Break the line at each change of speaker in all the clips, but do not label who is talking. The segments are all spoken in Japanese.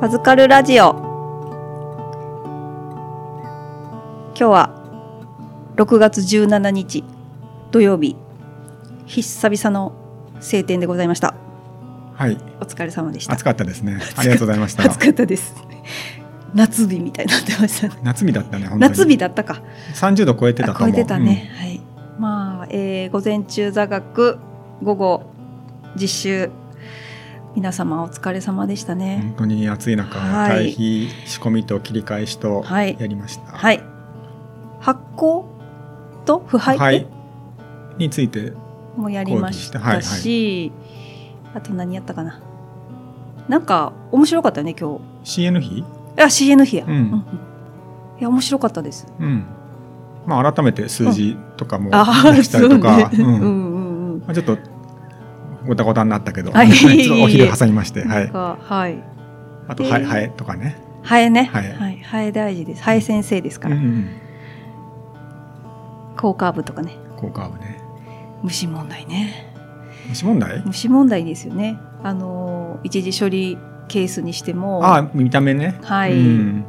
パズカルラジオ今日は6月17日土曜日久々の晴天でございました
はい、
お疲れ様でした
暑かったですね。ありがとうございました。
暑かったです夏日みたいになってましたね
夏日だったね、本当に。
夏日だったか
三十度超えてた
あ
と思
超
う。
えてたね、はいまあ、えー午前中座学午後実習皆様お疲れ様でした
うん。
ね、
本当に暑い中、
はい
対比仕込みと切り返しと
はい
やりました。
はい発酵と腐敗、
はい。について、
もやりましたし
講義
あと何やったかななんか面白かったよね今
CN 比？
日あ CN 日や、
うん
いや面白かったです
うん。まあ改めて数字とかも
あ
出したりとか、
そうね
うん
う。んうんうん
まあちょっとごたごたになったけど、
はい
ちょっとお昼挟みまして、は
なん
い。
かはい
あとはいはいとかね。
ハエね、
はい
はい、ハエ大事ですハエ先生です
う
か
んう
ら、
ん。
効果部とかね
効果はね。
虫問題ね
虫問題？
虫問題ですよねあのー一時処理ケースにしても
ああ、見た目ね。
はい
うん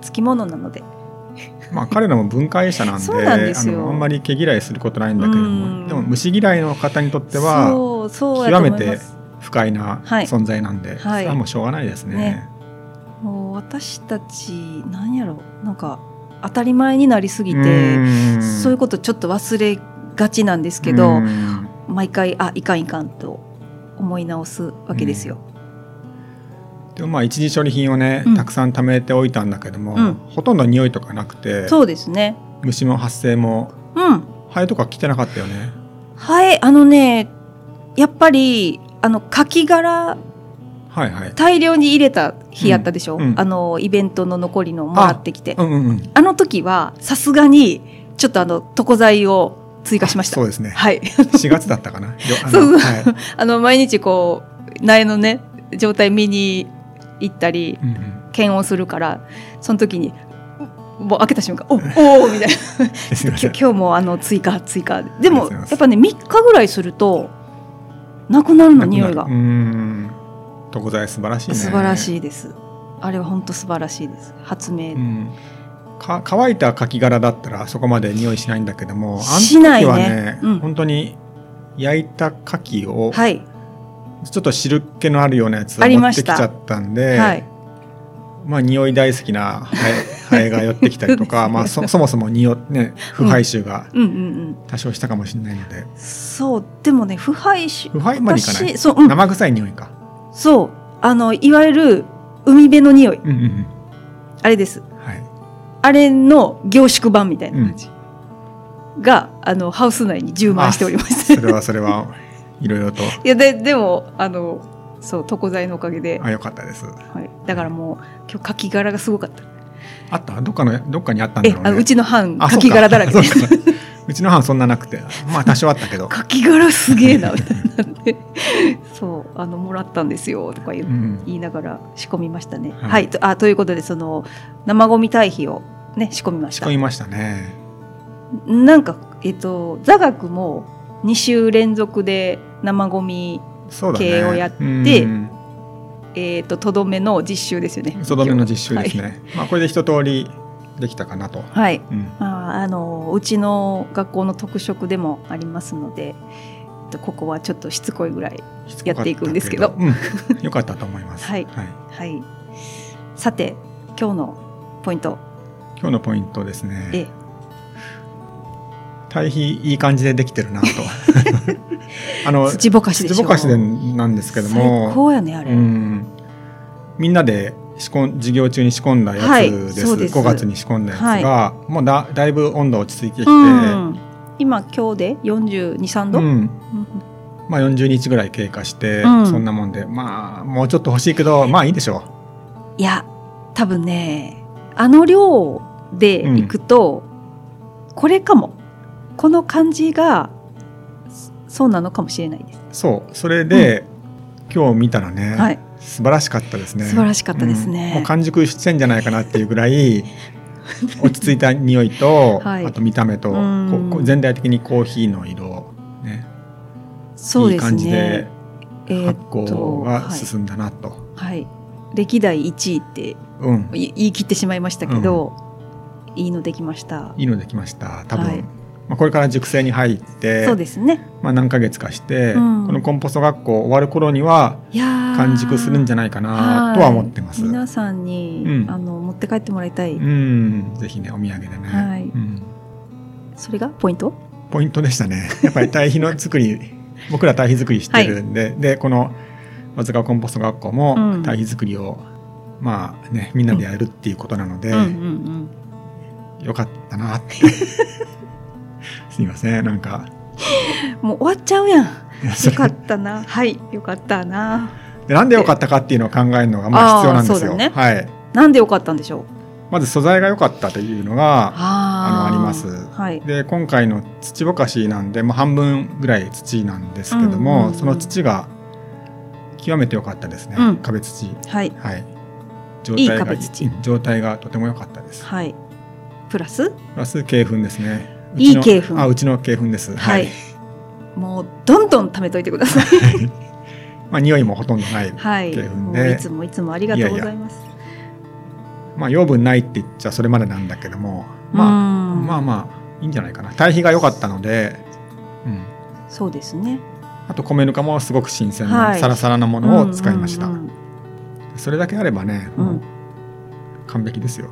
つきものなので
まあ彼らも文化営者なんで
そうなんですよ
あのあんまり毛嫌いすることないんだけれど
う
も
ん
でも虫嫌いの方にとっては
そうそうやと思います
不快な
はい
存在なんで、
はい
それはもうしょうがないですね。
ねもう私たちなんやろなんか当たり前になりすぎて
ん
そういうことちょっと忘れがちなんですけ
う
ど
ん
毎回あいかんいかんと思い直すわけですよ。
でもまあ一時処理品をね、
うん
たくさん貯めておいたんだけども、
うん
ほとんど匂いとかなくて
そうですね。
虫も発生も
うん。
ハエとか来てなかったよね。
はいあのねやっぱりあのカキ殻
はいはい。
大量に入れた日やったでしょ、
うんうん
あのイベントの残りのもらってきてあ,、
うんうんうん。
の時はさすがにちょっとあの床材を追加しました
そ。うで すね。
はい
4月だったかな。よあの
そうそう
はい
あの毎日こう苗のね状態見に行ったり
うんうん
検温するからその時にうもう開けた瞬間「おおお!」み たいな
すいませ ん
今日今日もあの追加追加で
ありがとうご
も
ざいます
やっぱね3日ぐらいするとなくなるの匂いが
うーん。床材素晴らしいね。
素晴らしいですあれは本当素晴らしいです発明、
うん。か乾いたカキ殻だったらそこまで匂いしないんだけども、あの
しない
時
ね
はね、
うん
本当に焼いたカキを、
はい
ちょっと汁気のあるようなやつ
あ
を
り
持
ま
っ
して
きち
た
ゃったんで、
はい
まあ匂い大好きなハエハ エが寄ってきたりとか、まあそそもそも匂いね腐敗臭が
うんうん
多少したかもしれないので、
うんそうでもね腐敗し
腐敗までいかない
私そう,、うん、
生臭い匂いか。
そうあのいわゆる海辺の匂い
うんうん
あれです
うん。はい。
あれの凝縮版みたいな感じが、あのハウス内に充満しておりまし
そ
た。
れはそれはいろいろと
いやででもあのそう床材のおかげで、
あ良かったです。
はい、だからもう今日カキ殻がすごかった。
あったどっかのどっかにあったんだ
え
ろうね。
あのうちの班
あ
カキ殻だらけ
そ
で
うかそうかうちの班そんななくてまあ多少あったけ ど、
カキ殻すげえなみたいになって そうあのもらったんですよとか言,、う
うん、
言いながら仕込みましたね。は、
はいい
とあということでその生ゴミ堆肥をね仕込みまし
仕
た
込。みましたね
なんかえっと座学も2週連続で生ゴミ
そうだね
経営をやって
うん
えー、ととどめの実習ですよね。
とどめの実習ですね、まあこれで一通りできたかなと、
はい、はい
うん、
まあ、あのうちの学校の特色でもありますので、えっとここはちょっとしつこいぐらい、
しつこか
や
た
っていくんですけど
うん、よかったと思います
はいはい、さて今日のポイント、
今日のポイントです
え
ね
え
対比いい感じでできてる なとあの
土ぼかしでしょ
土ぼかしでなんですけど
最
も
高やねあれ、
うんみんなで仕込ん授業中に仕込んだや
はい
つです,、
そうです
5月に仕込んだやつが、もうだだいぶ温度落ち着いてきて、
うん今今日で42、3度、
う
うん
んまあ、40日ぐらい経過して、
うん
そんなもんでまあもうちょっと欲しいけどまあいいでしょ
いや多分ねあの量でいくと、これかもこの感じがそうなのかもしれないです
う。そうそれで、今日見たらね、
はい
素晴らしかったですね
素晴らしかったですね
うんもう完熟してんじゃないかなっていうぐ らい落ち着いた匂いと、
はい
あと見た目と、
うん
こうこう全体的にコーヒーの色ね
そうですね
いい感じで
えー
発
っと
酵が
はい
進んだなと、
はい。歴代1位って
うん
い言い切ってしまいましたけど、いいのできました。
いいのできました多分、
はい
まあ、これから熟成に入って
そうですね。
まあ、何ヶ月かして、
うん
このコンポスト学校終わる頃にはい
やー
完熟するんじゃないかなとは思ってます。
皆さんに、
うん
あの持って帰ってもらいたい、
うん、ぜひねお土産でね、
はい
うん、
それがポイント
ポイントでしたね。やっぱり堆肥の作り、 僕ら堆肥作りしてるんで、でこの松川コンポスト学校
う
も
ん
堆肥作りを、まあねみんなでやるっていうことなので、
うんうん
よかったなって。 すみません、なんか
うんもう終わっちゃうやん
そ
よか
れ
ったなはいよかったな
でなんで良かったかっていうのを考えるのがまあ必要なんです
あーそ
よ。
うだね
はい。
なんでよかったんでしょう
まず素材が良かったというのが、
あー
あのあります
はい
で今回の土ぼかしなんで、まあ、半分ぐらい土なんですけども、
うんうんうん
その土が極めて良かったですね、
うん
壁土
はい
はい状
いい
態が
壁土
うん状態がとても良かったです
はいプラス
プラス鶏粉ですね
いいう
ちの
鶏粉
あうちの鶏粉です
は
はいい、
もうどんどん貯めといてくださ い
まあ匂いもほとんどない、
はい
鶏粉
も
で
ういつもいつもありがとうございます
まあ養分ないって言っちゃそれまでなんだけどもまあ
うん
まあまあいいんじゃないかな堆肥が良かったので、うん、
そうですね
あと米ぬかもすごく新鮮な、
はい
サラサラなものを使いました、
うんうんうん
それだけあればね、
うん
もう完璧ですよ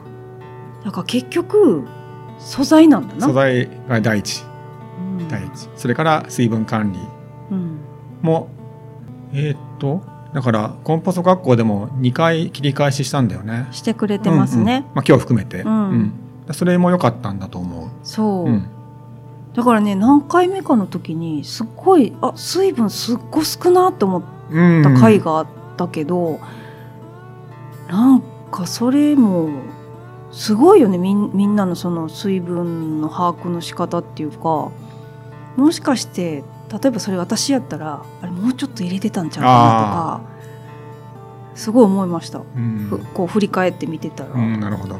だから結局素材なんだな
素材が第一
うん
第一それから水分管理
うん
もえーっとだからコンポスト学校でも2回切り返ししたんだよね
してくれてます
うん
ね
うん、まあ、今日含めて、
うん
うんそれも良かったんだと思、
そうう、
うん
だからね何回目かの時にすっごいあ水分すっごい少なと思っ
うん
た回があったけど、なんかそれもすごいよねみんみんなのその水分の把握の仕方っていうかもしかして例えばそれ私やったらあれもうちょっと入れてたんちゃうかなとかすごい思いました、
うん
ふこう振り返って見てたら、
う
うん
んなるほど、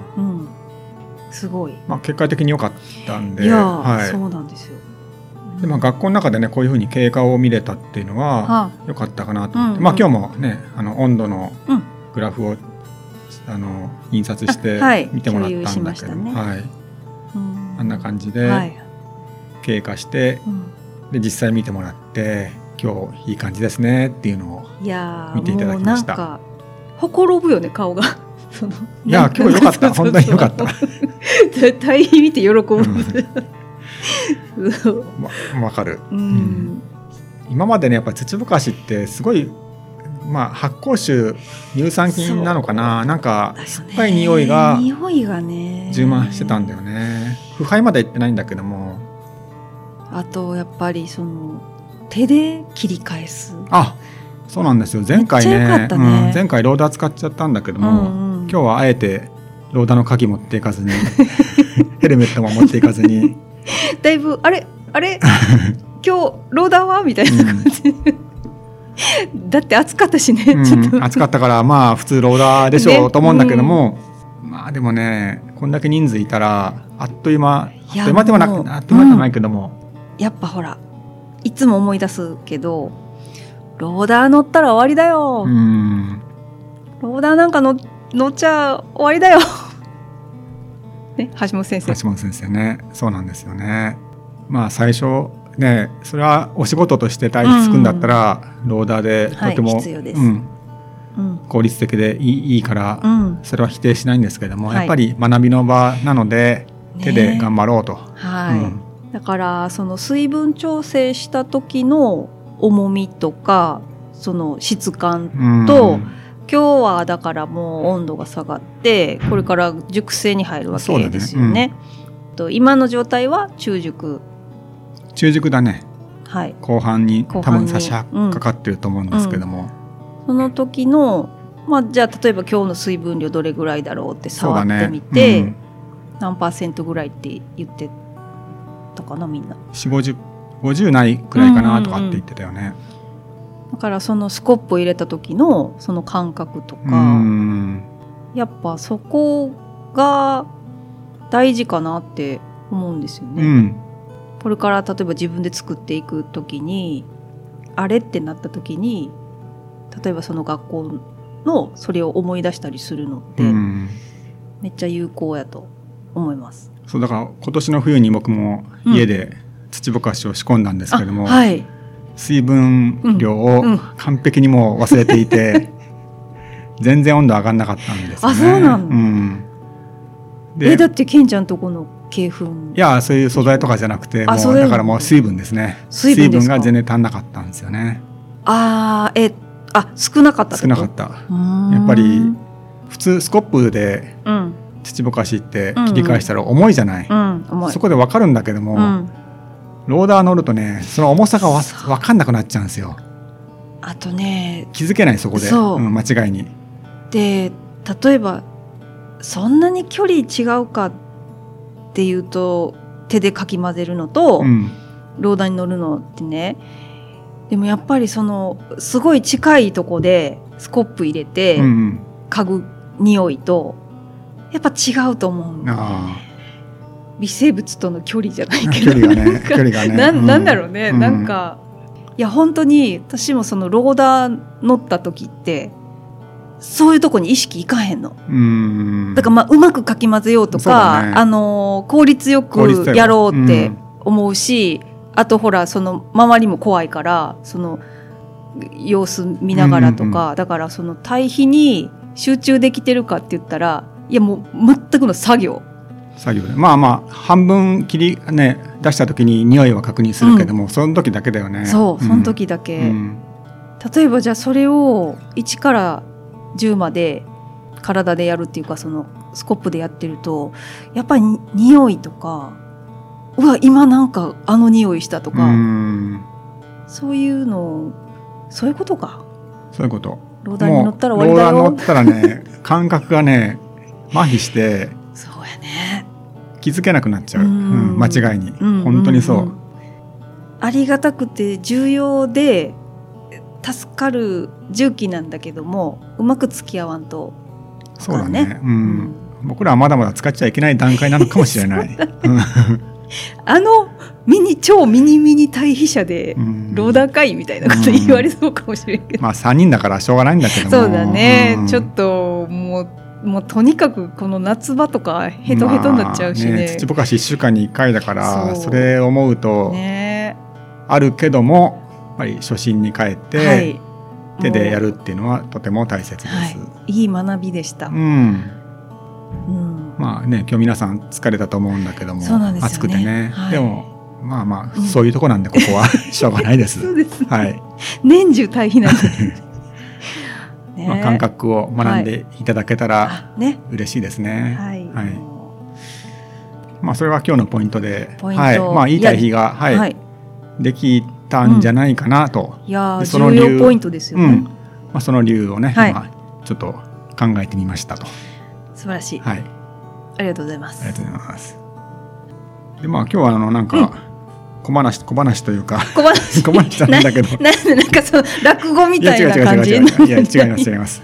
すごい。
まあ、結果的に良かったんで
いやー、
はい
そうなんですよ。
でまあ、学校の中でねこういうふうに経過を見れたっていうのは、
は
よかったかなと思って、
うん
まあ今日もねあの温度の
うん
グラフを、あの印刷して
あはい
見てもらったん
共
だ
有しまし
け
た
ど、
ね
はい
い
あんな感じで
はい
経過して、
うん
で実際見てもらって今日いい感じですねっていうのを
いやー
見ていただきました
もうなんかほころぶよね顔がその
いや今日良かった本当に良かった
絶 対見て喜ぶそう
わわかる
うん
今までねやっぱり土ぼかしってすごいまあ発酵臭乳酸菌なのかななんか
だよね
酸っぱい匂いが
匂いがね
充満してたんだよね腐敗までいってないんだけども
あとやっぱりその手で切り返す
あそうなんですよ前回
めっ
ね
ちゃ良かったね
うん、前回ローダー使っちゃったんだけど
う
も、
んうん
今日はあえてローダーの鍵持っていかずに ヘルメットも持っていか ずに、
だいぶあれあ れ今日ローダーはみたいな 感じでだって暑かったしね、
う
ちょっと
ん、暑かったからまあ普通ローダーでしょうと思うんだけども、まあでもねこんだけ人数いたらあっという間あっ
いや
という間ではな
もう
くあっという間じゃないけども、
やっぱほらいつも思い出すけどローダー乗ったら終わりだよ、
うん
ローダーなんかの乗っちゃ終わりだよ ね橋本先生
橋本先生ねそうなんですよねまあ最初ねそれはお仕事として対比つくんだったら、ローダーでとても、
はい必要です
うん、
うん
効率的でいいいいから、
うん
それは否定しないんですけども、
はい
やっぱり学びの場なので、手で頑
ね
張ろうと、
はい、
うん
だからその水分調整した時の重みとかその質感
うん
と今日はだからもう温度が下がってこれから熟成に入るわ
そうだ
け
ね
ですよね。と今の状態は中熟
中軸だね
はい
後半に
後
多
半
分
に
差しかかってると思うんですけども、
その時の、まあ、じゃあ例えば今日の水分量どれぐらいだろうって
そ
触
うだ
って
ね
みて、
うん、
何パーセントぐらいって言ってたかなみんな
4 5 0 50ないくらいかなとかって言ってたよね。
だからそのスコップを入れた時のその感覚と
う
か、
ん
やっぱそこが大事かなって思うんですよ
う
ね、
ん
これから例えば自分で作っていく時にあれってなった時に例えばその学校のそれを思い出したりするのって、
うん
めっちゃ有効やと思います。
そうだから今年の冬に僕も家で土ぼかしを仕込んだんですけども、
あはい、
水分量を
うんうん
完璧にもう忘れて いて、全然温度上がんなかったんですよ
あ
ね。
そうなの
んで
えだってケンちゃんとこの鶏粉
いやそういう素材とかじゃなくて
あ
も
素
う
材
だからもう水分ですね
水分ですか
が全然足んなかったんですよね
あーえあ少なかった
少なかったた
や
やっぱり普通スコップで
うん
土ぼかしって切り返したら重いじゃない、
うん重い
そこでわかるんだけども、
うん、
ローダー乗るとねその重さがわわかんなくなっちゃうんですよ
あとね
気づけないそこで
そうん
間違いに
で例えばそんなに距離違うかっていうと手でかき混ぜるのと、
うん
ローダーに乗るのってねでもやっぱりそのすごい近いとこでスコップ入れて
うん
嗅ぐ匂いとやっぱ違うと思うん
うん
だよね
あ
微生物との距離じゃない
あ
け
距
ど
離が
な
ね
んか
距離がね
な
うん
なんだろうね、
うん
なんかいや本当に私もそのローダー乗った時ってそういうとこに意識いかへんの
うん
だからまあうまくかき混ぜようと
そう
か、
だね
あのー効率よ
効率だ
く
よ
やろうって思うし、あとほらその周りも怖いからその様子見ながらとか、
うん
だからその対比に集中できてるかって言ったらいやもう全くの作業
作業でまあまあ半分切りね出した時に匂いは確認するけども、その時だけだよね
そう、
ん
その時だけ、
うん
例えばじゃあそれを1から10まで体でやるっていうかそのスコップでやってるとやっぱりに匂いとかうわ今なんかあの匂いしたとか、
うん
そういうのそういうことか
そういうこと
ローダーに乗ったら終わ
も
りだ
うローラー
よ
乗ったらね感覚がね麻痺して
そうやね
気づけなくなっちゃう、
う
うんん間違いに、
うん
本当にそう、
んんありがたくて重要で助かる重機なんだけどもうまく付き合わんと
そうだ
そうだ
ね、うん、僕らはまだまだ使っちゃいけない段階なのかもし れない
あのミニ超ミニミニ対比者で
うん
ローダー会みたいなこと言われそうかもしれんけど、
まあ3人だからしょうがないんだけども
そうだね、
うん
ちょっともうもうとにかくこの夏場とかヘトヘトになっちゃうしね,、
まあ土ぼかし1週間に1回だから
そう
それ思うと、
ね
あるけどもやっぱり初心に帰って、
はい
手でや
も
るっていうのはとても大切です。
ういい学びでした、
う
うん
ん、
うん
まあね今日皆さん疲れたと思うんだけども、
そうなんですよね
暑くてね、
はい
でもまあまあ、
うん
そういうとこなんでここはしょうがない で
そ
す。
うですね、
はい、
年中対比 なんでね
まあ、感覚を学んでいただけたら
あね
嬉しいですね。
はい、
まあそれは今日のポイントで、
ポイント
はい、まあいい対比がはい、
はい、
できたんじゃないかなと、
いやー
でその理由
重要ポイントですよ
うん
ね、
まあその理由をね、
はい
今ちょっと考えてみましたと。
素晴らしい、
はい。
ありがとうございま
あり
す
がとうございます。でまあ今日はあのなんか小話、小話というか
小話
小話なんだけ ど。
ななんでなんかその落 語み
いや
たい
違う
な
違う
感じ
違う違う。いや違います違います。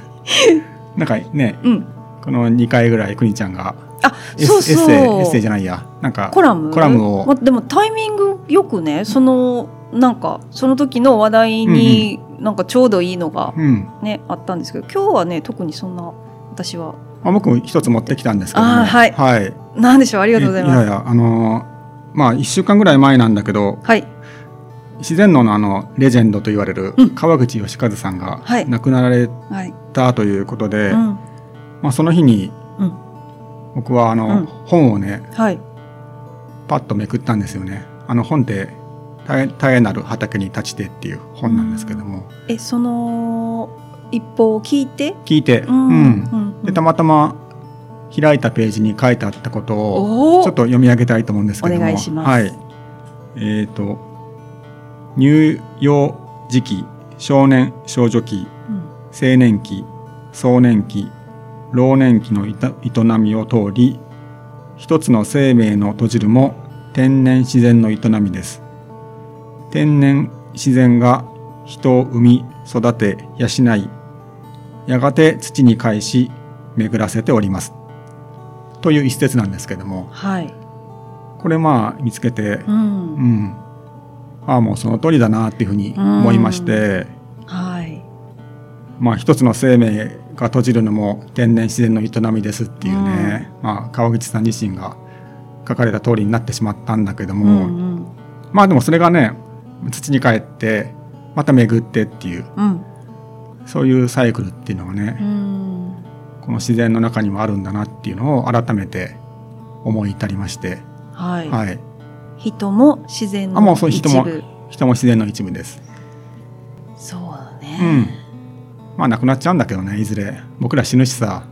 なんかね
うん
この2回ぐらいくにちゃんが
あ
エッ
そうそう
エッセイエッセイじゃないやなんか
コラム
コラムを
ま、でもタイミングよくねそのなんかその時の話題になんかちょうどいいのが
うん。
ね、あったんですけど今日はね特にそんな私は
あ僕一つ持ってきたんですけども。
あーはい
はい。あ
なんでしょうありがとうございます
やいやあのーまあ1週間ぐらい前なんだけど
はい
自然農のあのレジェンドと言われる
うん
川口義和さんが
はい
亡くなられ
はい、
たということで、
うん
まあその日に
うん
僕はあの、
うん
本をね
はい
パッとめくったんですよねあの本って大「大変なる畑に立ちて」っていう本なんですけども
えその一報を聞いて
聞いて、
うん
うん
うん
でたまたま開いたページに書いてあったことを
お
ちょ
お
っと読み上げたいと思うんですけども
お願いします
はい、えっ、と「乳幼児期少年少女期
うん
青年期壮年期老年期のいた営みを通り一つの生命の閉じるも天然自然の営みです天然自然が人を生み育て養いやがて土に返し巡らせておりますという一節なんですけども
はい
これまあ見つけて
う
うんんああもうその通りだなっていうふうに思いまして、
はい
まあ、一つの生命が閉じるのも天然自然の営みですっていうね、まあ、川口さん自身が書かれた通りになってしまったんだけど
うん
も、
うん
まあでもそれがね土に帰ってまた巡ってっていう
うん
そういうサイクルっていうのが
う
ね、
ん
この自然の中にもあるんだなっていうのを改めて思い至りまして、
はい、
はい、
人も自然
あも
の
うそう
一
人も
部
人も自然の一部です。
そうだ
う
ね
ん、まあなくなっちゃうんだけどねいずれ僕ら死ぬしさ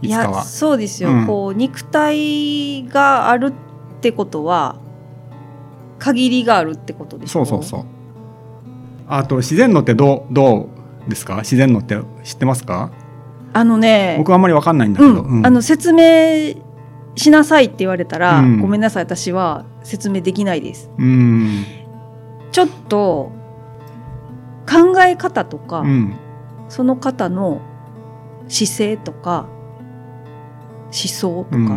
いつか
や
は。
そうですよ、
うん
こう肉体があるってことは限りがあるってことでし
そ
ょ
うそうそう。あと自然のってどうどうですか？自然のって知ってますか？
あのね
僕はあんまりわかんないんだけ
う
ど。
んあの説明しなさいって言われたら、
うん
ごめんなさい私は説明できないです
うん
ちょっと考え方とか、
うん
その方の姿勢とか思想とか、
うん
な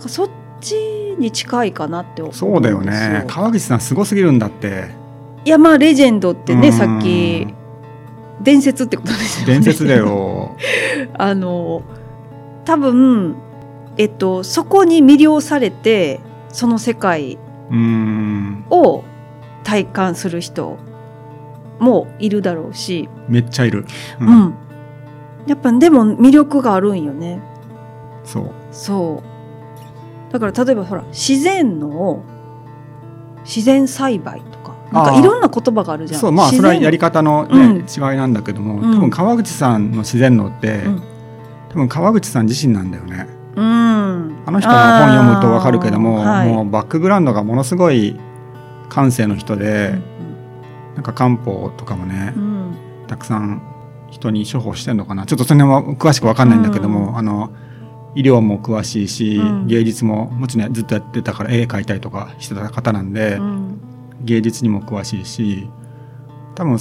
んかそっちに近いかなって思うんですよ
そうだよね。川口さんすごすぎるんだって。
いやまあレジェンドってね、
うん
さっき伝説ってことですよね
伝 説だよ。
あの多分えっとそこに魅了されてその世界
うん
を体感する人もいるだろうし、
めっちゃいる。う
うん。やっぱでも魅力があるんよね
そう。
そうだから例えばほら自然の自然栽培とかなん
あ
か
ー
いろんな言葉があるじゃん
そうまあそ
自
れ
然
はやり方の、ね
うん
違いなんだけども、
うん
多分川口さんの自然のって、
うん
多分川口さん自身なんだよね
うん
あの人の本読むとわかるけども、
あーはい
もうバックグラウンドがものすごい感性の人で、なんか漢方とかもね
う、ん
たくさん人に処方してんのかなちょっとその辺は詳しくわかんないんだけども、
うん
あの医療も詳しいし、
うん
芸術ももちろんずっとやってたから絵描いたりとかしてた方なんで、
うん
芸術にも詳しいし多分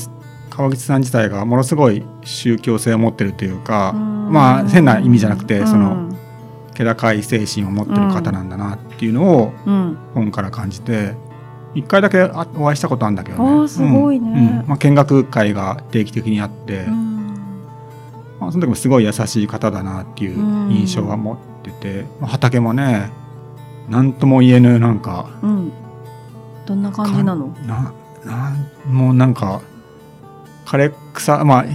川口さん自体がものすごい宗教性を持ってるというか、
うん
まあ変な意味じゃなくて、
うん
その気高い精神を持ってる方なんだなっていうのを
うん
本から感じて一回だけあお会いしたことあるんだけどね
あーすごいね
うんうんまあ、見学会が定期的にあって、まあ、その時もすごい優しい方だなっていう印象は持ってて、まあ畑もね何とも言えぬなんか
うん、どんな感じなの
ななんもうなんか枯れ草まあ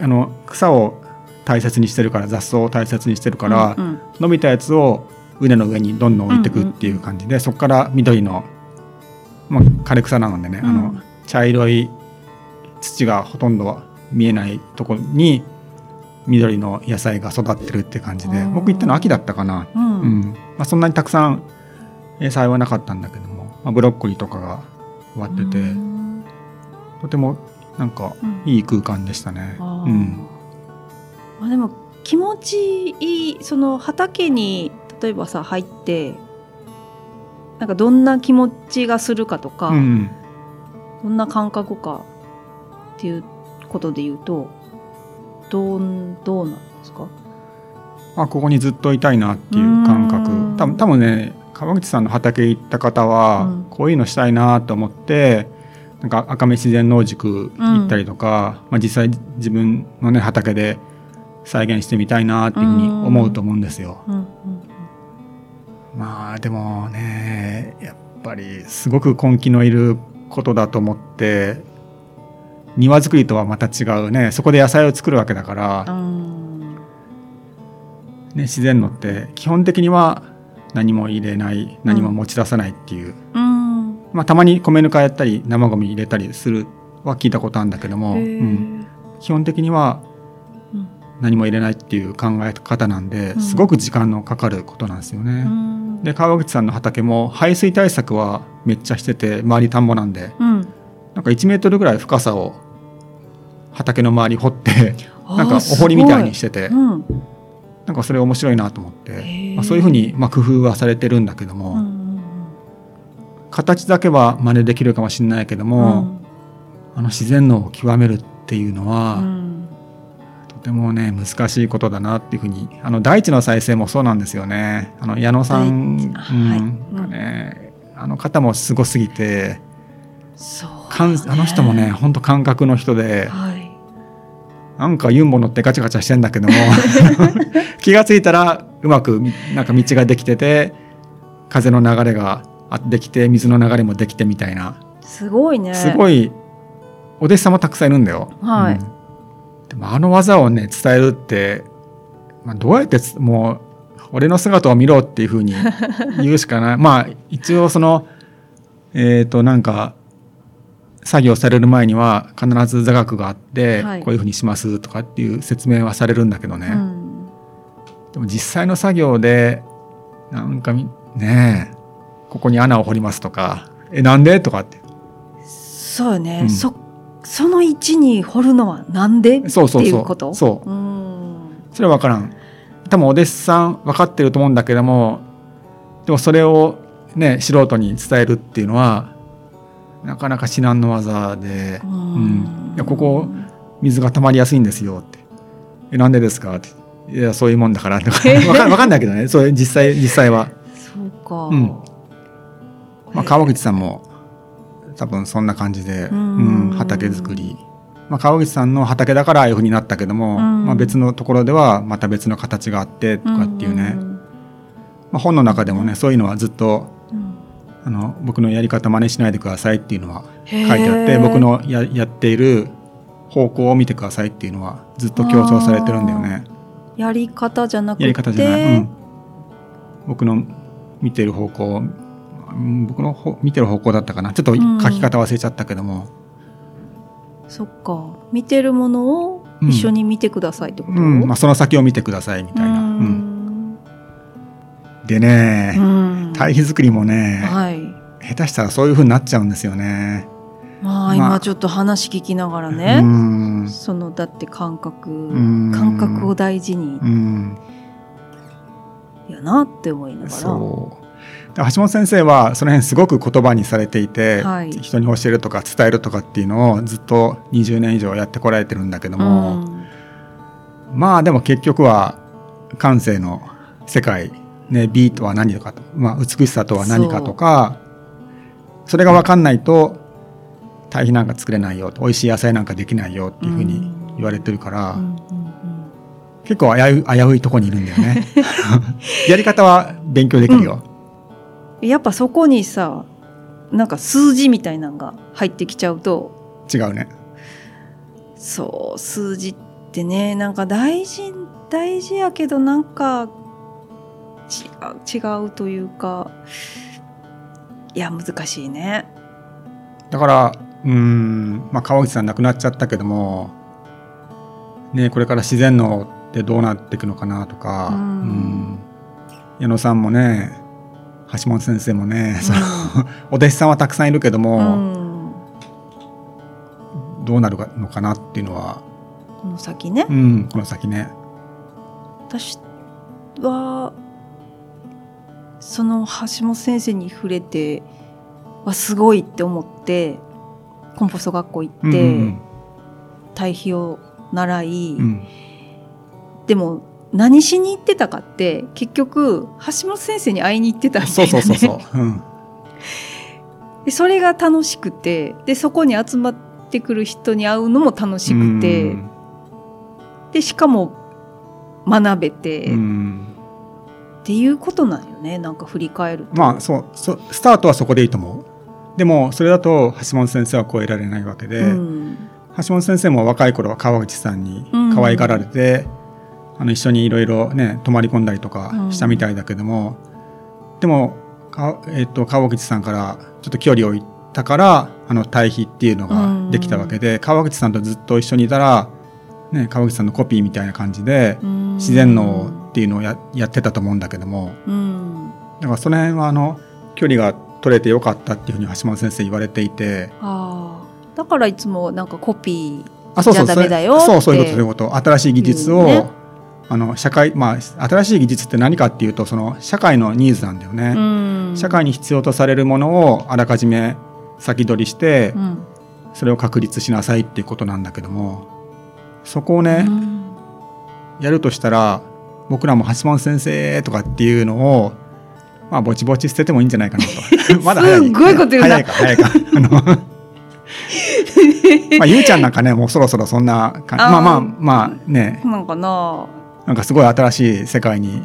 あの草を大切にしてるから雑草を大切にしてるから、
うんうん
伸びたやつを畝の上にどんどん置いてくっていう感じで、そこから緑の、まあ、枯れ草なのでね、あ
う
の
ん
茶色い土がほとんど見えないとこに緑の野菜が育ってるって感じで
うん
僕行ったの秋だったかな
うん
うんまあ、そんなにたくさん野菜はなかったんだけども、まあ、ブロッコリーとかが植わってて、
うん
とてもなんか
うん
いい空間でしたね。
あー
うん
まあ、でも気持ちいいその畑に例えばさ入ってなんかどんな気持ちがするかとか、
うん
どんな感覚かっていうことで言うとどんどうなんですか
あここにずっといたいなっていう感覚
うん
多分多分ね川口さんの畑行った方は、
うん
こういうのしたいなと思ってなんか赤目自然農塾行ったりとか、まあ、実際自分のね畑で再現してみたいなっていうふうに思うと思うんですよ。
うん
まあでもねやっぱりすごく根気のいることだと思って庭作りとはまた違うねそこで野菜を作るわけだから、
うん
ね、自然のって基本的には何も入れない何も持ち出さないっていう、
うんうん
まあたまに米ぬかやったり生ゴミ入れたりするは聞いたことあるんだけども、
へ
う
ー
ん基本的には何も入れないっていう考え方なんで、
うん
すごく時間のかかることなんですよね。
うん
で川口さんの畑も排水対策はめっちゃしてて周り田んぼなんで
うん
なんか1メートルぐらい深さを畑の周り掘ってなん
あ
かお
ー
堀みたいにしてて
すごいうん
なんかそれ面白いなと思って、
ー
まあ、そういうふうにまあ工夫はされてるんだけども、
うん
形だけは真似できるかもしれないけど
うん
も、あの自然のを極めるっていうのは、
うん
とてもね難しいことだなっていうふうにあの大地の再生もそうなんですよねあの矢野さん、うん
はい
がね、あの方もすごすぎて。
そうだね
感あの人もね本当感覚の人で
はい
なんかユンボ乗ってガチャガチャしてん だけども気がついたらうまくなんか道ができてて風の流れがあできて水の流れもできてみたいな
すごいね
すごいお弟子さんもたくさんいるんだよ。
はい
うんでもあの技をね伝えるって、まあ、どうやってつもう俺の姿を見ろってい うふうに言うしかないまあ一応そのえっ、となんか作業される前には必ず座学があって、
はい
こういうふうにしますとかっていう説明はされるんだけどね、
うん
でも実際の作業でなんかみねえここに穴を掘りますとか「えなんで?」とかって
そうよね、
うん
そその位置に掘るのはなんで
そうそうそう
っていうこと
そう
うーん
それは分からん多分お弟子さん分かってると思うんだけどもでもそれをね素人に伝えるっていうのはなかなか至難の技で
うー
うんいやここ水が溜まりやすいんですよって「えなんでですか?」って「いやそういうも んだから」とか分かん分かんないけどねそういう実際実際は、
そうか、
うんまあ、川口
さ
さんも多分そんな感じで、
う
うんん、畑作り、まあ、川口さんの畑だからああいうふうになったけども、
うん
まあ、別のところではまた別の形があってとかっていうね、まあ、本の中でもねそういうのはずっとあの僕のやり方真似しないでくださいっていうのは
書
書いてあって僕のややっている方向を見てくださいっていうのはずっと強調されてるんだよね
やり方じゃなくて
やり方じゃない、うん、僕の見てる方向うん僕のほ見てる方向だったかなちょっと書
うん
き方忘れちゃったけども、
そっか見てるものを一緒に見てくださいってこ
う
と、
んまあ、その先を見てくださいみたいな、
うー
うん
ん
でね、
うん
堆肥作りもね、
はい
下手したらそういう風になっちゃうんですよね
まあ
ま
今
あ
ちょっと話聞きながら
う
ね、
ん
そのだって感覚、
ん
感覚を大事に
うん
やなって思いながら
そうで橋本先生はその辺すごく言葉にされていて、
はい
人に教えるとか伝えるとかっていうのをずっと20年以上やってこられてるんだけども、
ん
まあでも結局は感性の世界、ね、美とは何とかと、まあ、美しさとは何かとかそれが分かんないと堆肥なんか作れないよと美味しい野菜なんかできないよっていうふうに言われてるから、
うんうん
結構危うい危ういとこにいるんだよ ね。 やり方は勉強できるよ。
うんやっぱそこにさなんか数字みたいなのが入ってきちゃうと
違うね。
そう数字ってねなんか大事大事やけどなんかち違うというかいや難しいね。
だから、うーん、まあ、川口さん亡くなっちゃったけども、ね、これから自然農ってどうなっていくのかなとか、
うん
うん矢野さんもね、橋本先生もね、 その
う
お弟子さんはたくさんいるけども、
ん、
どうなるのかなっていうのは、
この先ね、
うん、この先ね。
私はその橋本先生に触れてはすごいって思ってコンポスト学校行
うん
っ
う
て、
ん
対比を習い、
うんうん
でも何しに行ってたかって結局橋本先生に会いに行ってたみた
そう
いな、
そう
ね、
そうそう。うん
でそれが楽しくてでそこに集まってくる人に会うのも楽しくて、
うん
でしかも学べて、
う
っ
ん
ていうことなんよねなんか振り返ると。
まあそうそスタートはそこでいいと思うでもそれだと橋本先生は超えられないわけで、
うん
橋本先生も若い頃は川口さんに
うん
可愛がられて、あの一緒にいろいろね泊まり込んだりとかしたみたいだけども、でもか、えっと川口さんからちょっと距離を置いたからあの対比っていうのができたわけで、川口さんとずっと一緒にいたら、ね、川口さんのコピーみたいな感じで
うん
自然農っていうのをややってたと思うんだけども
うん
だからその辺はあの距離が取れてよかったっていうふうに橋本先生言われていて。
あーだからいつもなんかコピー
あそうそう
じゃあ
そ
ダメ
れ
だよって
そうそういうことそういうこと新しい技術を、
うんね
あの社会まあ新しい技術って何かっていうとその社会のニーズなんだよね、
うん
社会に必要とされるものをあらかじめ先取りして、
うん
それを確立しなさいっていうことなんだけどもそこをね、
うん
やるとしたら僕らも橋本先生とかっていうのをまあぼ ちぼち捨ててもいいんじゃないかなとまだ早い
すっごいこと言うな
早いか早いかあのまあ、ゆうちゃんなんかね、もうそろそろそんな感じ、
あー
まあまあまあね、
なんかな
なんかすごい新しい世界に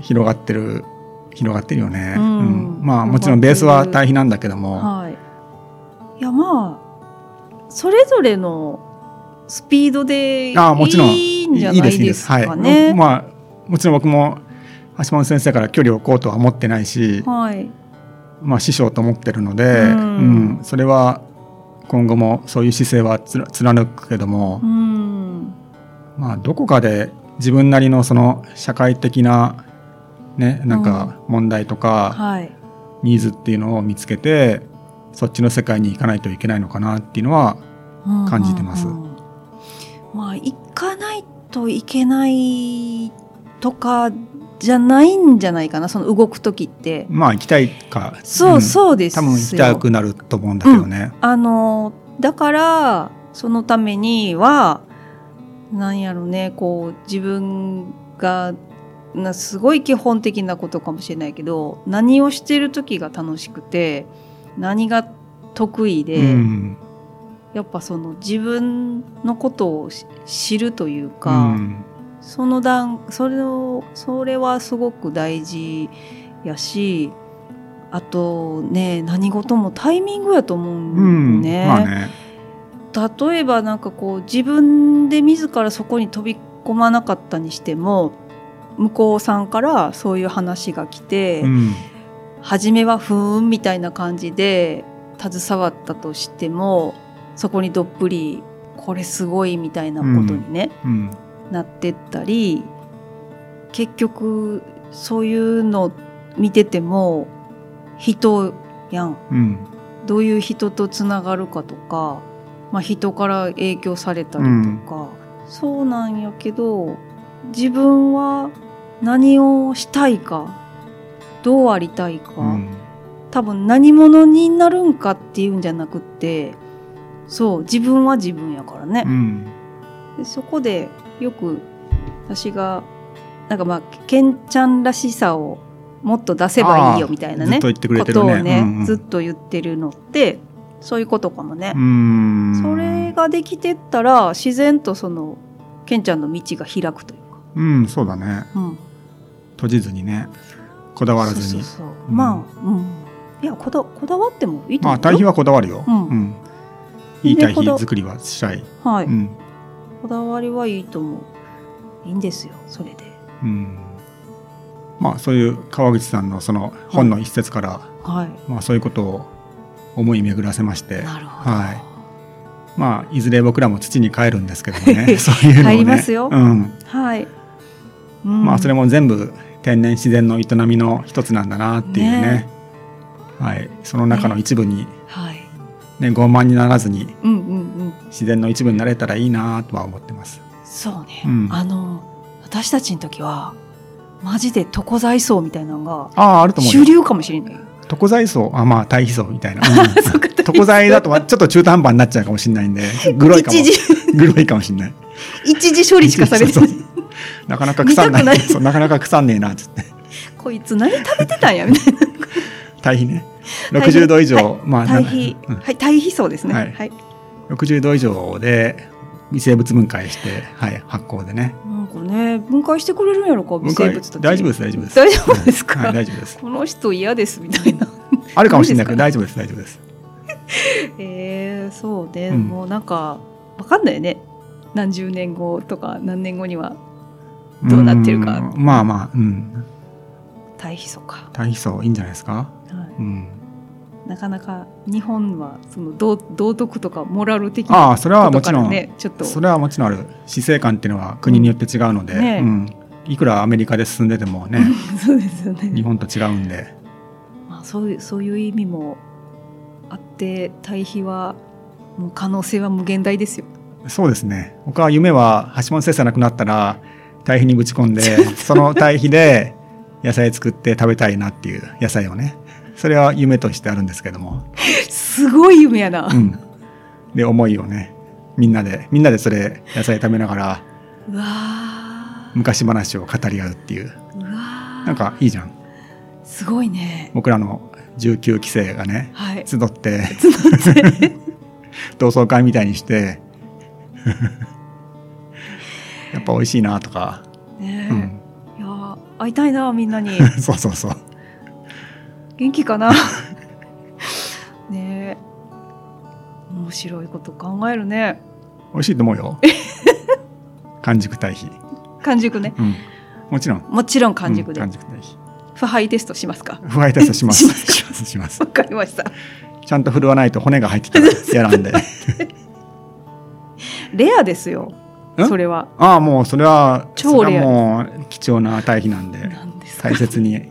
広がってる、広がってるよね。
うん
うんまあもちろんベースは対比なんだけども、
はいいやまあそれぞれのスピードでい
あーもちろん
いんじゃないです
は
か
い。
ね
うんまあ、もちろん僕も橋本先生から距離を置こうとは思ってないし、
はい
まあ師匠と思ってるので、
うん
うんそれは今後もそういう姿勢はつら貫くけども、
うん
まあ、どこかで自分なりのその社会的な、ね、なんか問題とか
はい
ニーズっていうのを見つけてそっちの世界に行かないといけないのかなっていうのは感じてます
うんうんうんまあ行かないといけないとかじゃないんじゃないかなその動く時って
まあ行きたいか
そう、
ん
そうです
多
よ
分行きたくなると思うんだけどね。
あのだからそのためにはなんやろねこう自分がなすごい基本的なことかもしれないけど何をしてる時が楽しくて何が得意で、
うん
やっぱその自分のことをし知るという
う
か、
ん
その段それをそれはすごく大事やしあとね何事もタイミングやと思
う
うん
ん
だよ
まあね、
例えばなんかこう自分で自らそこに飛び込まなかったにしても向こうさんからそういう話が来て、
うん
初めはふーんみたいな感じで携わったとしてもそこにどっぷりこれすごいみたいなことにね、
うん
なってったり結局そういうの見てても人やん
うん
どういう人とつながるかとか、まあ、人から影響されたりとか、そうなんやけど自分は何をしたいかどうありたいか、
うん
多分何者になるんかっていうんじゃなくってそう自分は自分やからね。
うん
でそこでよく私がなんかまあケンちゃんらしさをもっと出せばいいよみたいな
ず
ね
っと言ってくれ
こ
てる
と
ね。
をね、
うんうん
ずっと言ってるのってそういうことかもね
う、ん
それができてったら自然とそのケンちゃんの道が開くというか、
うんそうだね
うん、
閉じずにねこだわらずに
そうそうそう
うん
まあ、うん、いやこだこだわってもいいと
ま
思
あ
う
対比
よ、
はこだわるよ、
うん
いい対
でこだ
比作りはしたい、
はい
うん
こだわりはいいと思ういいんですよそれで
うんまあそういう川口さんのその本の一節から、
はい
まあ、そういうことを思い巡らせまして
なるほど、
はいまあ、いずれ僕らも土に帰るんですけども ねそういうのを、ね、
帰りますよ
うん
はい。
まあ、それ
も
も全部天然自然の営みの一つなんだなっていうね
ね
はい、その中の一部に、
はい。
ね、傲慢にならずに
うんうんうん。
自然の一部になれたらいいなとは思ってます。
そうね。
うん
あの私たちの時はマジで床材層みたいなのが
ああ、あると思う
主
よ。
流かもしれない。
床材層、あ、まあ、対比層みたいな。うん
そうか。
床材だとはちょっと中途半端になっちゃうかもしれない んで、グロいかも
一。時
グロいかもしれない。
一時処理しかされて
そう
な
そ
い。
なかなか腐んない。
見たくない
そうなかなか腐んねえなっつって。
こいつ何食べてたんやみたいな。
対比ね。
対比
60度以上、
は
ま あ、
対比
うん
はい対比層ですね。
は
はいい。
60度以上で微生物分解して、はい、発酵でね。
なんかね分解してくれるんやろか微
分
生
解
物たち。
大丈夫です、大丈夫です。
大丈夫ですか
はい、大丈夫です。
この人嫌ですみたいな。
あるかもしれないけど、
ど
大丈夫です、大丈夫です。
えー、そうね、
うん
もうなんかわかんないよね何十年後とか何年後にはどうなってるか
うんまあまあ、うん。
対比層か、
対比層いいんじゃないですか。
は
うん。
い、なかなか日本はその道道徳とかモラル的な
ああ、それは
こと
もち
か
ろ
ら
ん。
ねちょっと
それはもちろんある死生観っていうのは国によって違うので、
うんねえ
うんいくらアメリカで進んでてもね
そうですよ
日
ね、
本と違うんで
まあ、そういうそういう意味もあって対比はもう可能性は無限大ですよ
そうですね僕は夢は橋本先生が亡くなったら堆肥にぶち 込んでその堆肥で野菜作って食べたいなっていう野菜をねそれは夢としてあるんですけども、
すごい夢やな
う、ん、で思いをねみんなでみんなでそれ野菜食べながら
うわー
昔話を語り合うってい
う
う
わー
なんかいいじゃん
すごいね
僕らの19期生がね
はい
集って
つまって
同窓会みたいにしてやっぱ美味しいなとか、
ね
う、ん、
いやー会いたいなみんな に
そうそうそう
元気かな ねえ面白いこと考えるね
美味しいと思うよ完熟堆肥、
完熟ね
うん、もちろん
もちろん完熟で、
うん完熟堆肥
腐敗テストしますか
不敗テスト します
しますか
しますします
わかりました
ちゃんと振るわないと骨が入ってきたら嫌なんで
レアですよ
ん
それは
ああもうそれは
超レアです
それはもう貴重な堆肥なんで
なんですか
大 切に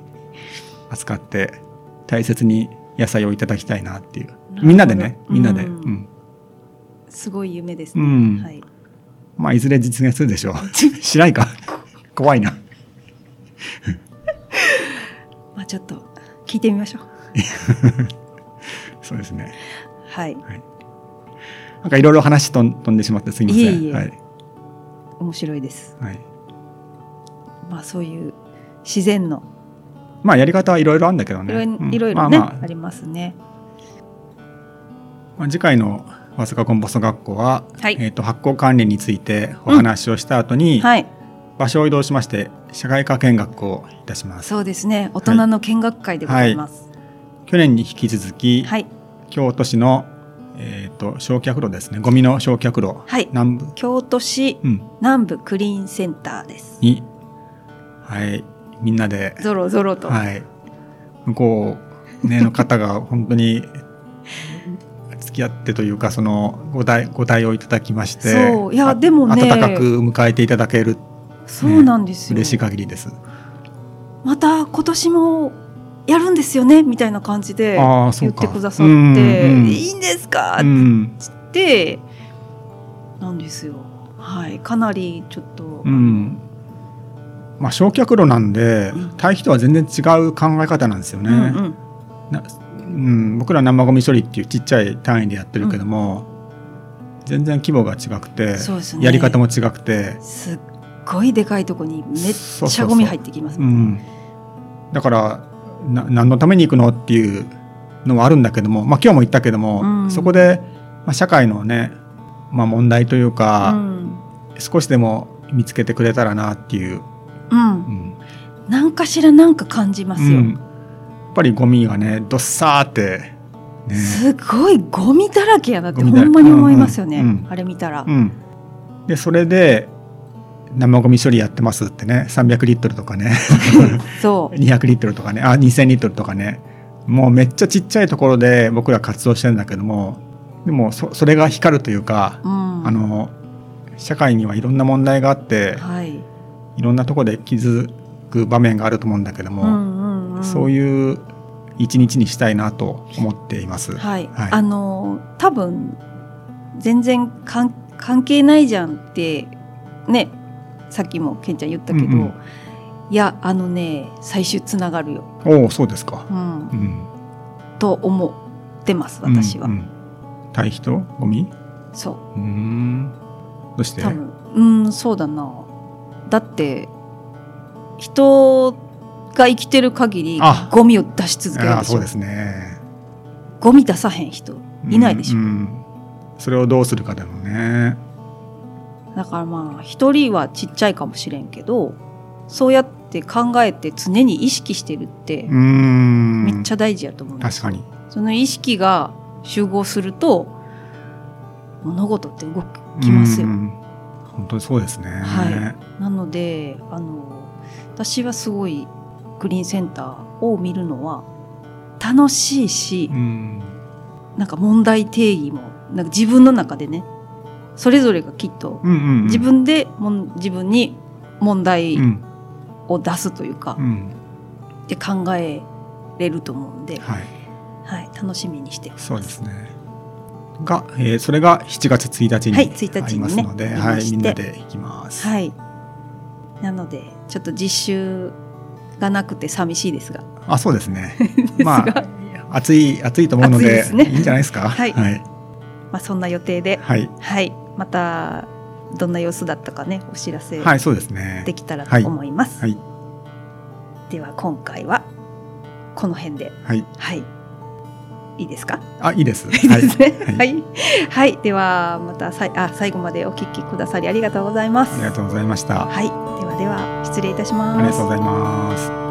扱って大切に野菜をいただきたいなっていうみんなでねみんなで、
う
うんん
すごい夢です
う
ね、
ん
はい
まあいずれ実現す るでしょうしないか怖いな
まあちょっと聞いてみましょう
そうですね
はい
なんかいろいろ話とん飛んでしまってすいません
いえいえ
はい
面白いです
はい、
まあそういう自然の
まあやり方はいろいろあるんだけど
い
ね
ろいろ
うん
いろいろね、
まあ
あ
まあ
りますね
まあ次回の「わずかコンポスト学校は」
はい
えーと発酵管理についてお話をした後に、
はい
場所を移動しまして社会科見学をいたします
そうですね大人の見学会でございます
去年に引き続き、
はい
京都市の、えー、と焼却炉ですねゴミの焼却炉、
はい
南部、
京都市
うん、
南部クリーンセンターです
に、はい、みんなで、
ゾロゾロと、
はい、向こう、ね、の方が 本当に付き合ってというかそのご対ご対応いただきまして
そういや
あ
でもね
温かく迎えていただける
そうなんですよ、
嬉しい限りです。
また今年もやるんですよねみたいな感じで
ああそ
言
う
っ
か
てくださっ
うんうん
て「いいんですか?」
うんうん
ってなんですよ。はい、かなりちょっと、
うんまあ、焼却炉なんで
うん
堆肥とは全然違う考え方なんですよね。
うんうん
なうん、僕ら生ゴミ処理っていうちっちゃい単位でやってるけども、全然規模が違くて、
そうですね
やり方も違くて、
すっごいでかいとこにめっ
そう
ち
そ
ゃ
うそう
ゴミ入ってきます
う
もんね
ん、だからな何のために行くのっていうのはあるんだけども、まあ、今日も言ったけども、
うん
そこで、まあ、社会のね、まあ、問題という
う
か、
ん
少しでも見つけてくれたらなっていう、
うん
うん
なんかしらなんか感じますよ、
うんやっぱりゴミがねどっさーって、ね
すごいゴミだらけやなって
ゴミ
ほ
だら
んまに思いますよね、
うんうんうん
あれ見たら、
うん、でそれで生ゴミ処理やってますってね300リットルとかね
そう
200リットルとかねあ2000リットルとかねもうめっちゃちっちゃいところで僕ら活動してるんだけどもでもそそれが光るというか、
うん
あの社会にはいろんな問題があって
はい、
いろんなところで気づく場面があると思うんだけど
うん
も、
うんうん、
そういう一日にしたいなと思っています。
はい、
はい
あの多分全然かん関係ないじゃんってねさっきもケンちゃん言ったけど、
うんうん
いやあのね最終つながるよ、
おおそうですか、
うん
うん、
と思ってます私は、
うんうん堆肥とゴミ
そう
うーんどうして
多分うんそうだなだって人が生きてる限り
あ
ゴミを出し続ける
あ
で
あ
し
そう
ょ
ですね
ゴミ出さへん人いないでしょ
うんうんそれをどうするかだろうね
だからまあ一人はちっちゃいかもしれんけどそうやって考えて常に意識してるって
うーん
めっちゃ大事やと思うんです
確かに
その意識が集合すると物事って動きますよ
う。ん本当にそうですね
はなのであの私はすごいグリーンセンターを見るのは楽しいし
うん
なんか問題定義もなんか自分の中でねそれぞれがきっと
うんうんうん
自分でもん自分に問題
うん
を出すというか
う、ん
って考えれると思うんで、
はい
はい、楽しみにしてます
そうですねが、えー、それが7月1日に
はい1
あ
日
り
にね
ますので、
あり
は
ま
い、
して
みんなで行きます、
はい。なので、ちょっと実習がなくて寂しいですが、
あそうです ね
が
まあ暑い暑いと思うので
暑いですね
いいんじゃないですか
はい
はい、
まあそんな予定で、
はい
はい、またどんな様子だったかね、お知らせ
はい、そうですね
できたらと思います。
はい
では今回はこの辺で、
はい
はい。いいですか
あ、いいです。
いいですね
はい。
は
はい、
い、はい、ではまたさいあ最後までお聞きくださりありがとうございます
ありがとうございました。
はい、ではでは失礼いたし
あ
ます
りがとうございます。